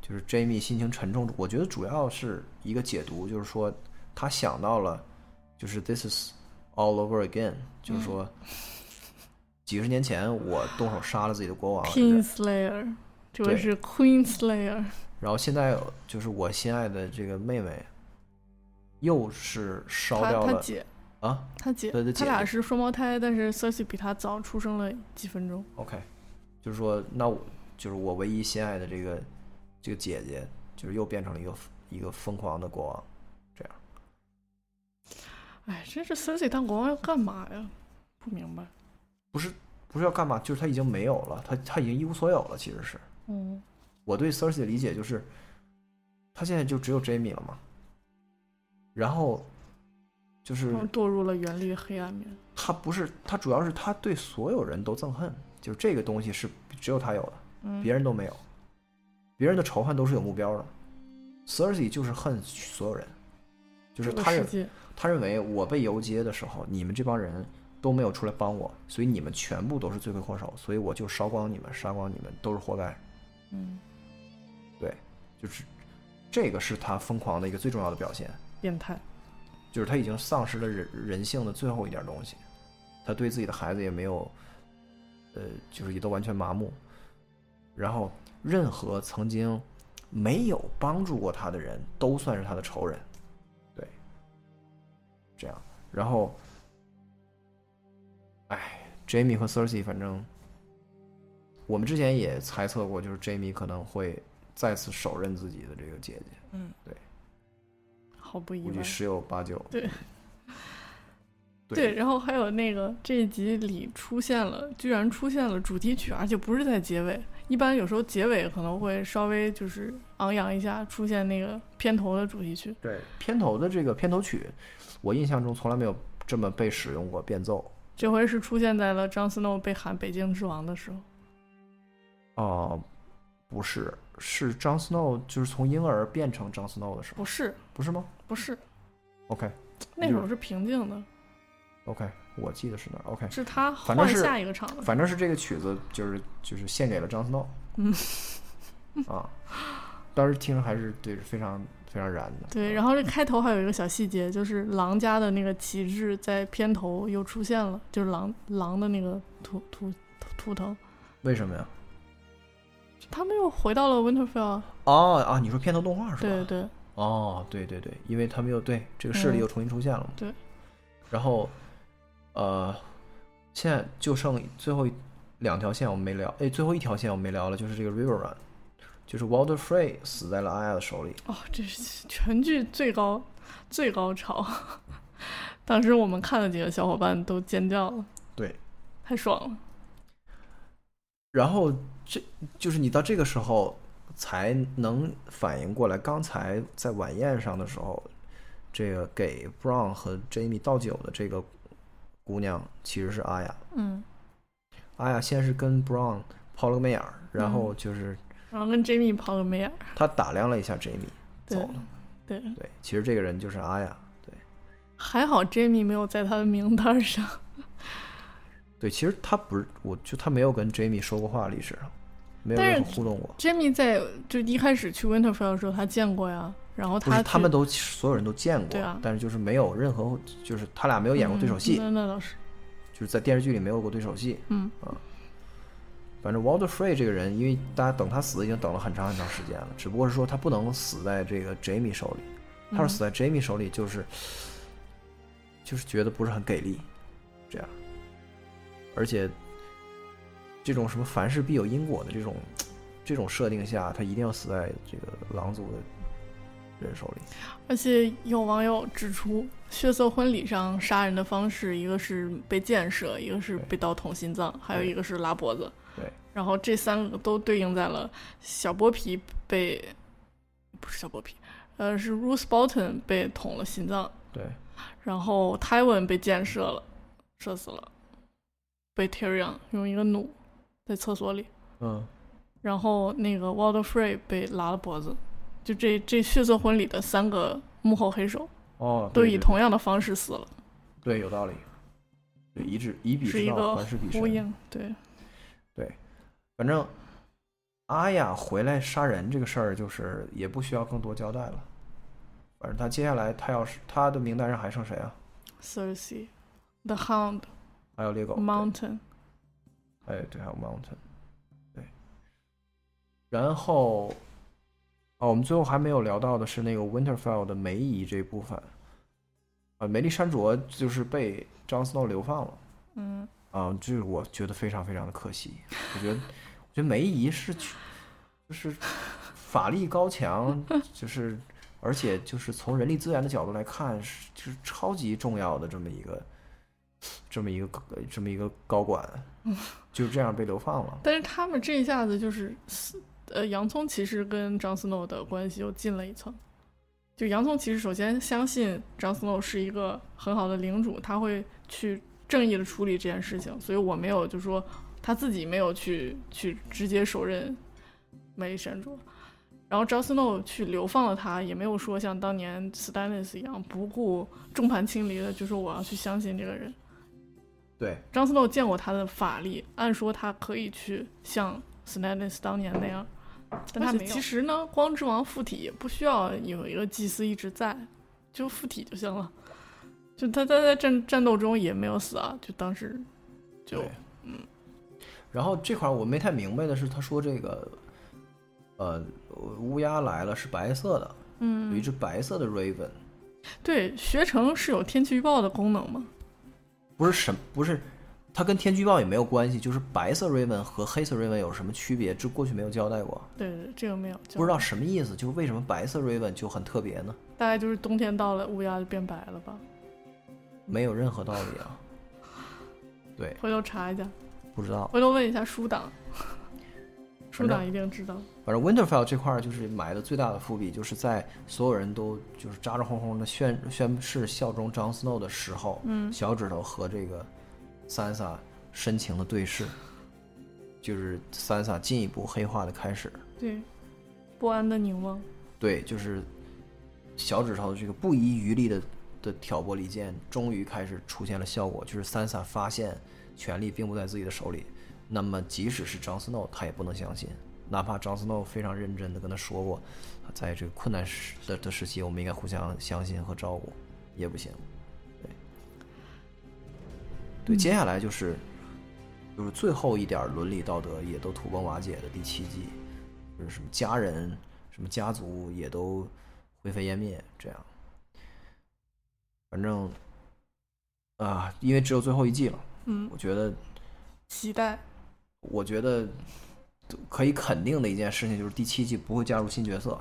B: 就是 Jamie 心情沉重，我觉得主要是一个解读，就是说他想到了，就是 This is all over again，就是说几十年前我动手杀了自己的国王，
A: ，King Slayer，这位
B: 啊对
A: 是 Queen Slayer。
B: 然后现在就是我心爱的这个妹妹。又是烧
A: 他
B: 掉
A: 他
B: 了
A: 姐，
B: 啊！
A: 他姐，
B: 对对
A: 他
B: 姐
A: 俩
B: 姐
A: 是双胞胎，但是 Cersei 比他早出生了几分钟。
B: OK，就是说，那我就是我唯一心爱的这个这个姐姐，就是又变成了一个一个疯狂的国王。
A: 哎，真是 Cersei 当国王要干嘛呀？不明白。
B: 不是要干嘛？就是他已经没有了，他他已经一无所有了。其实是
A: 嗯，
B: 我对 Cersei 的理解就是，他现在就只有 Jamie 了嘛。然后就是
A: 他们嗯堕入了原力黑暗面。
B: 他不是他，主要是他对所有人都憎恨，就是这个东西是只有他有的。
A: 嗯，
B: 别人都没有，别人的仇恨都是有目标的。Cersei 就是恨所有人，就是
A: 这个
B: 他
A: 世
B: 认
A: 界，
B: 他认为我被游街的时候，你们这帮人都没有出来帮我，所以你们全部都是罪魁祸首，所以我就烧光你们，杀光你们都是活该。
A: 嗯，
B: 就是这个是他疯狂的一个最重要的表现，
A: 变态。
B: 就是他已经丧失了人人性的最后一点东西，他对自己的孩子也没有，呃，就是也都完全麻木。然后，任何曾经没有帮助过他的人，都算是他的仇人。对，这样。然后，哎，Jamie 和 Cersei，反正我们之前也猜测过，就是 Jamie 可能会再次手刃自己的这个姐姐，
A: 嗯，
B: 对，
A: 毫不意
B: 估
A: 外
B: 计。十有八九。
A: 对，
B: 对，
A: 然后还有那个这一集里出现了，居然出现了主题曲，而且不是在结尾。一般有时候结尾可能会稍微就是昂扬一下，出现那个片头的主题曲。
B: 对，片头的这个片头曲，我印象中从来没有这么被使用过变奏。
A: 这回是出现在了 Jon Snow 被喊“北京之王”的时候。
B: 哦、不是，是 Jon Snow 就是从婴儿变成 Jon Snow 的时候，
A: 不是，
B: 不是吗
A: 不是，
B: 嗯？OK
A: 那会儿是平静的，
B: OK，我记得是那儿 OK，
A: 是他
B: 反正
A: 换
B: 是
A: 下一个场的。
B: 反正是这个曲子就是就是献给了 Jon Snow。
A: 嗯，
B: 啊，当时听着还是对非常非常燃的。
A: 对，然后这开头还有一个小细节，就是狼家的那个旗帜在片头又出现了，就是狼狼的那个图图图图腾，
B: 为什么呀？
A: 他们又回到了 Winterfell 啊。
B: 哦啊，你说片头动画是吧？
A: 对对，
B: 哦，对对对，因为他们又对这个势力
A: 嗯
B: 又重新出现了嘛。
A: 对。
B: 然后，呃，现在就剩最后一两条线我们没聊，哎，最后一条线我们没聊了，就是这个 River Run。就是 Walter Frey 死在了阿雅的手里。
A: 哦，这是全剧最高最高潮。 当时我们看的几个小伙伴都尖叫了，
B: 对，
A: 太爽了。
B: 然后这就是你到这个时候才能反应过来，刚才在晚宴上的时候，这个给 Brown 和 Jamie 倒酒的这个姑娘其实是阿雅。
A: 嗯，
B: 阿雅哎先是跟 Brown 抛了个媚眼儿，然
A: 嗯
B: 后就是
A: 然后跟 Jamie 抛个媚眼儿，
B: 她打量了一下 Jamie，走
A: 对
B: 了。
A: 对，
B: 对，其实这个人就是哎阿雅。对
A: 还好 Jamie 没有在他的名单上。
B: 对，其实他不是，我就他没有跟 Jamie 说过话，历史上没有
A: 但
B: 任何
A: 是
B: 互动过。
A: Jamie 在就一开始去 Winterfell 的时候，他见过呀，然后
B: 不是，
A: 他
B: 他
A: 去
B: 们都所有人都见过，
A: 对啊
B: 但是就是没有任何，就是他俩没有演过对手戏，
A: 嗯那那倒是，
B: 就是在电视剧里没有过对手戏。
A: 嗯
B: 反正 Walter Frey 这个人，因为大家等他死已经等了很长很长时间了，只不过是说他不能死在这个 Jamie 手里，
A: 嗯
B: 他要是死在 Jamie 手里，就是、就是觉得不是很给力，这样，而且这种什么凡事必有因果的这种这种设定下，他一定要死在这个狼族的人手里。
A: 而且有网友指出，血色婚礼上杀人的方式，一个是被箭射，一个是被刀捅心脏，还有一个是拉脖子。
B: 对，
A: 然后这三个都对应在了小剥皮被，不是小剥皮，呃，是 Rose Bolton 被捅了心脏，
B: 对，
A: 然后 Tywin 被箭射了，射死了，被 Tyrion 用一个弩在厕所里，
B: 嗯。
A: 然后那个 Walder Frey 被拉了脖子，就这这血色婚礼的三个幕后黑手。
B: 哦，
A: 都
B: 对
A: 以
B: 对
A: 同样的方式死了，
B: 对有道理，对以指以彼
A: 是
B: 之
A: 一
B: 道
A: 个
B: 还施彼
A: 呼
B: 身。
A: 应。对，
B: 反正阿雅回来杀人这个事儿，就是也不需要更多交代了。反正他接下来他要是他的名单上还剩谁啊？
A: Cersei、The Hound、
B: 还有猎狗对
A: Mountain，
B: 哎对，还有 Mountain，对。然后哦，我们最后还没有聊到的是那个 Winterfell 的梅姨这部分。啊，梅丽珊卓就是被 Jon Snow 流放了。
A: 嗯，
B: 啊，就是我觉得非常非常的可惜。我觉得，我觉得梅姨是去，就是法力高强，就是而且就是从人力资源的角度来看，是就是超级重要的这么一个，这么一个呃这么一个高管，就这样被流放了。
A: 但是他们这一下子就是死，呃，洋葱骑士跟 Jon Snow 的关系又近了一层。就洋葱骑士首先相信 Jon Snow 是一个很好的领主，他会去正义的处理这件事情，所以我没有就说他自己没有去去直接手刃梅丽珊卓。然后 Jon Snow 去流放了他，也没有说像当年 Stannis 一样不顾众叛亲离的，就说我要去相信这个人。
B: 对，
A: 张思诺见过他的法力，按说他可以去像 Stannis 当年那样，但
C: 而
A: 他
C: 且
A: 没有
C: 其
A: 其实呢，光之王附体也不需要有一个祭司一直在，就附体就行了。就他他在战战斗中也没有死啊，就当时就
B: 对然后这块儿我没太明白的是，他说这个，呃，乌鸦来了是白色的，有一
A: 嗯，
B: 只白色的 raven，
A: 对，学成是有天气预报的功能嘛？
B: 不是什不是，它跟天气预报也没有关系，就是白色 Raven 和黑色 Raven 有什么区别？这过去没有交代过，
A: 对对，这个没有，就
B: 不知道什么意思。就是为什么白色 Raven 就很特别呢？
A: 大概就是冬天到了，乌鸦就变白了吧？
B: 没有任何道理啊。 对，
A: 回头查一下，
B: 不知道。
A: 回头问一下书党，书
B: 反正
A: 党一定知道。
B: 反正 Winterfell 这块儿就是埋的最大的伏笔，就是在所有人都就是扎扎红红的宣宣誓效忠 Jon Snow 的时候，
A: 嗯
B: 小指头和这个 Sansa 深情的对视，就是 Sansa 进一步黑化的开始。
A: 对，不安的凝望。
B: 对，就是小指头这个不遗余力的的挑拨离间，终于开始出现了效果。就是三萨发现权力并不在自己的手里，那么即使是张斯诺，他也不能相信。哪怕张斯诺非常认真的跟他说过，在这个困难时的的时期，我们应该互相相信和照顾，也不行。对，对，接下来就是就是最后一点儿伦理道德也都土崩瓦解的第七季，就是什么家人、什么家族也都灰飞烟灭，这样。反正啊，因为只有最后一季了，
A: 嗯，
B: 我觉得，
A: 期待。
B: 我觉得可以肯定的一件事情就是第七季不会加入新角色，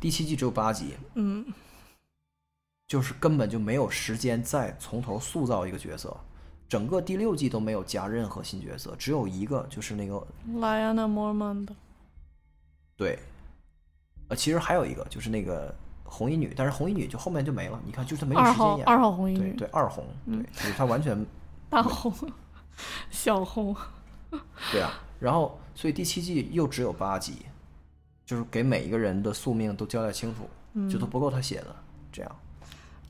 B: 第七季只有八集，
A: 嗯，
B: 就是根本就没有时间再从头塑造一个角色。整个第六季都没有加任何新角色，只有一个，就是那个
A: 莱安娜·莫曼的，
B: 对，呃，其实还有一个就是那个红衣女，但是红衣女就后面就没了，你看就是没有
A: 二
B: 时间
A: 号
B: 演，
A: 二号红衣
B: 对
A: 女，
B: 对二红，对，
A: 嗯
B: 就是她完全
A: 大红、 小红，
B: 对啊，然后所以第七季又只有八集，就是给每一个人的宿命都交代清楚，就都不够他写的这样。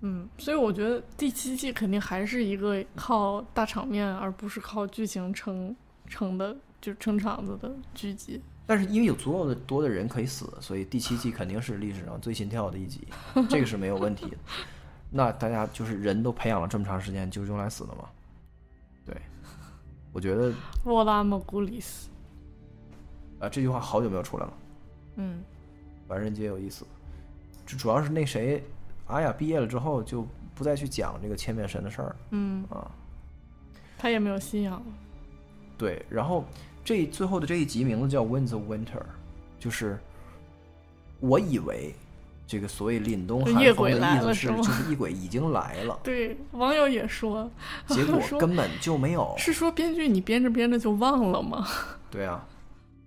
A: 嗯，所以我觉得第七季肯定还是一个靠大场面，而不是靠剧情撑撑的，就撑场子的剧集。
B: 但是因为有足够的多的人可以死，所以第七季肯定是历史上最心跳的一集，这个是没有问题的。那大家就是人都培养了这么长时间，就是用来死的嘛？对，我觉得
A: 沃拉莫古里斯，
B: 啊、这句话好久没有出来了。
A: 嗯，
B: 完人皆有一死，就主要是那谁，阿雅毕业了之后就不再去讲这个千面神的事儿
A: 嗯，
B: 啊。
A: 他也没有信仰了。
B: 对，然后这最后的这一集名字叫《Win the Winter》，就是我以为这个所谓凛冬
A: 就
B: 寒
A: 夜
B: 风
A: 鬼
B: 的意
A: 来
B: 思
A: 了
B: 是，
A: 是吗，
B: 就是异鬼已经来了
A: 对，网友也说，
B: 结果
A: 说
B: 根本就没有。
A: 是说编剧你编着编着就忘了吗？
B: 对啊，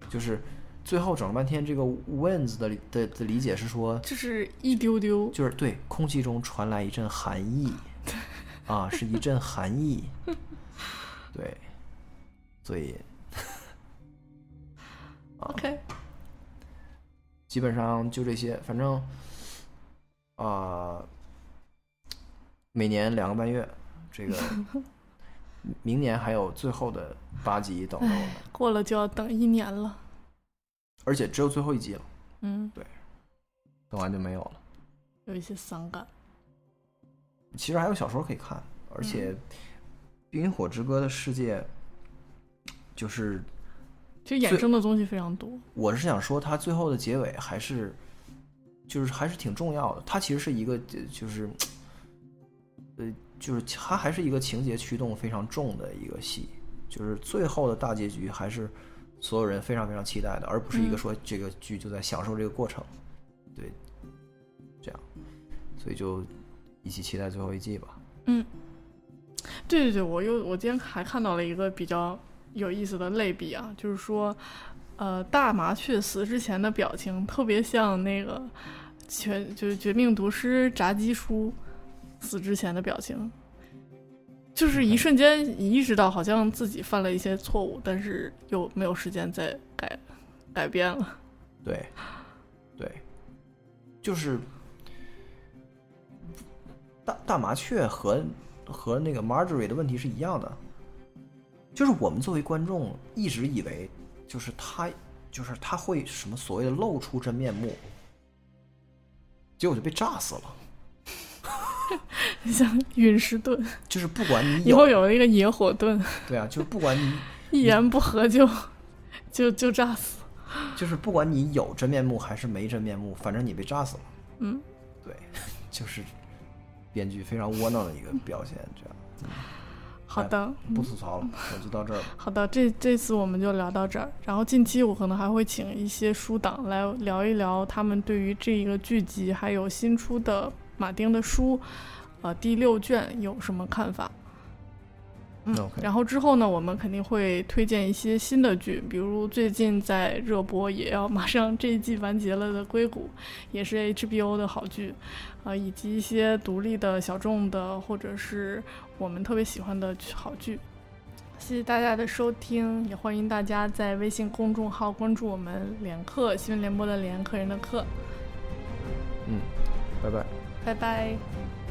B: 就是最后整了半天，这个 winds 的的的理解是说，
A: 就是一丢丢，
B: 就是对空气中传来一阵寒 意，啊，是一阵寒意，对，所以啊
A: OK，
B: 基本上就这些，反正啊、每年两个半月，这 个明年还有最后的八集等着我们，
A: 过了就要等一年了。
B: 而且只有最后一集了，
A: 嗯，
B: 等完就没有了。
A: 有一些伤感。
B: 其实还有小说可以看，而且《冰与火之歌》的世界，就是
A: 其实衍
B: 最
A: 生的东西非常多。
B: 我是想说，它最后的结尾还是就是还是挺重要的。它其实是一个呃就是呃，就是它还是一个情节驱动非常重的一个戏，就是最后的大结局还是所有人非常非常期待的，而不是一个
A: 嗯
B: 说这个剧就在享受这个过程，对，这样，所以就一起期待最后一季吧。
A: 对对对，我又我今天还看到了一个比较有意思的类比啊，就是说，呃，大麻雀死之前的表情特别像那个全就是《绝命毒师》炸鸡叔死之前的表情，就是一瞬间你意识到好像自己犯了一些错误，但是又没有时间再改改变了。
B: 对，对，就是大大麻雀和和那个 Marjorie 的问题是一样的，就是我们作为观众一直以为就是他就是他会什么所谓的露出真面目，结果就被炸死了。
A: 像陨石盾，
B: 就是不管你
A: 以后有那个野火盾，
B: 对啊，就是不管你
A: 一言不合就就就炸死。
B: 就是不管你有真面目还是没真面目，反正你被炸死了。
A: 嗯，
B: 对， 就是编剧非常窝囊的一个表现，这样。
A: 好的。
B: 不吐槽了，我就到这儿吧。
A: 好的，这这次我们就聊到这儿。然后近期我可能还会请一些书党来聊一聊他们对于这一个剧集，还有新出的马丁的书，呃，第六卷有什么看法。嗯
B: OK
A: 然后之后呢，我们肯定会推荐一些新的剧，比如最近在热播，也要马上这一季完结了的《硅谷》，也是 HBO 的好剧，呃，以及一些独立的小众的或者是我们特别喜欢的好剧。谢谢大家的收听，也欢迎大家在微信公众号关注我们“联客新闻联播”的“联客人的客
B: 嗯，拜拜。”，
A: 拜拜。